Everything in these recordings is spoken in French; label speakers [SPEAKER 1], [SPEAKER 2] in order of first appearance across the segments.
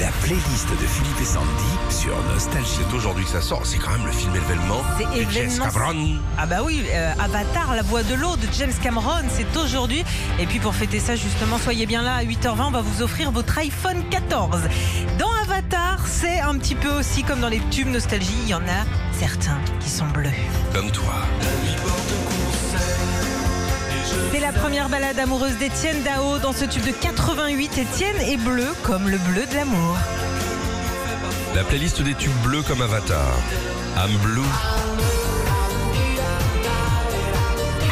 [SPEAKER 1] La playlist de Philippe et Sandy sur Nostalgie.
[SPEAKER 2] C'est aujourd'hui que ça sort. C'est quand même le film événement.
[SPEAKER 3] C'est
[SPEAKER 2] de James
[SPEAKER 3] événement.
[SPEAKER 2] Cameron.
[SPEAKER 3] Ah bah oui, euh, Avatar, la voix de l'eau de James Cameron, c'est aujourd'hui. Et puis pour fêter ça justement, soyez bien là à 8h20, on va vous offrir votre iPhone 14. Dans Avatar, c'est un petit peu aussi comme dans les tubes nostalgie, il y en a certains qui sont bleus.
[SPEAKER 2] Comme toi.
[SPEAKER 3] C'est la première balade amoureuse d'Étienne Dao dans ce tube de 88. Étienne est bleu comme le bleu de l'amour.
[SPEAKER 2] La playlist des tubes bleus comme Avatar. I'm Blue.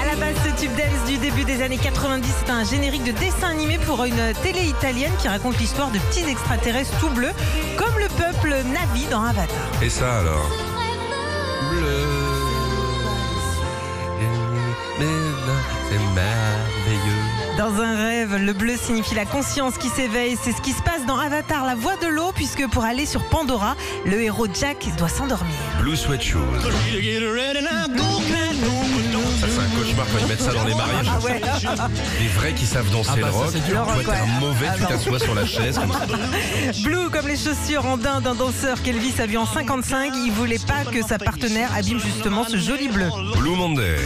[SPEAKER 3] À la base, ce tube dance du début des années 90, c'est un générique de dessin animé pour une télé italienne qui raconte l'histoire de petits extraterrestres tout bleus, comme le peuple Navi dans Avatar.
[SPEAKER 2] Et ça alors Bleu. C'est merveilleux.
[SPEAKER 3] Dans un rêve, le bleu signifie la conscience qui s'éveille. C'est ce qui se passe dans Avatar, la voie de l'eau, puisque pour aller sur Pandora, le héros Jack doit s'endormir.
[SPEAKER 2] Blue Sweat Shoes. Ça, c'est un cauchemar quand ils mettent ça dans les mariages.
[SPEAKER 3] Ah
[SPEAKER 2] Les vrais qui savent danser
[SPEAKER 4] Ah bah,
[SPEAKER 2] le
[SPEAKER 4] ça,
[SPEAKER 2] rock.
[SPEAKER 4] c'est
[SPEAKER 3] dur.
[SPEAKER 2] Toi, t'es
[SPEAKER 3] Ouais.
[SPEAKER 2] un mauvais, tu
[SPEAKER 3] Ah, non.
[SPEAKER 2] t'assois sur la chaise. Comme ça.
[SPEAKER 3] Blue comme les chaussures en daim d'un danseur qu'Elvis a vu en 55, il voulait pas que sa partenaire abîme justement ce joli bleu.
[SPEAKER 2] Blue Monday.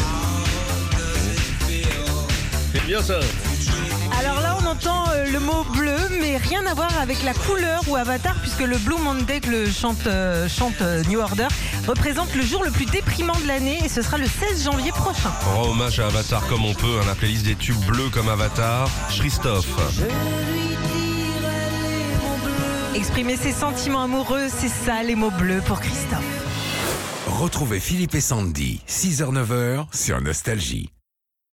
[SPEAKER 2] C'est bien ça.
[SPEAKER 3] Alors là, on entend euh, le mot bleu, mais rien à voir avec la couleur ou Avatar, puisque le Blue Monday que le chante, euh, chante euh, New Order représente le jour le plus déprimant de l'année et ce sera le 16 janvier prochain.
[SPEAKER 2] Rend hommage à Avatar comme on peut, hein, la playlist des tubes bleus comme Avatar. Christophe.
[SPEAKER 3] Exprimer ses sentiments amoureux, c'est ça les mots bleus pour Christophe.
[SPEAKER 1] Retrouvez Philippe et Sandy, 6h-9h sur Nostalgie.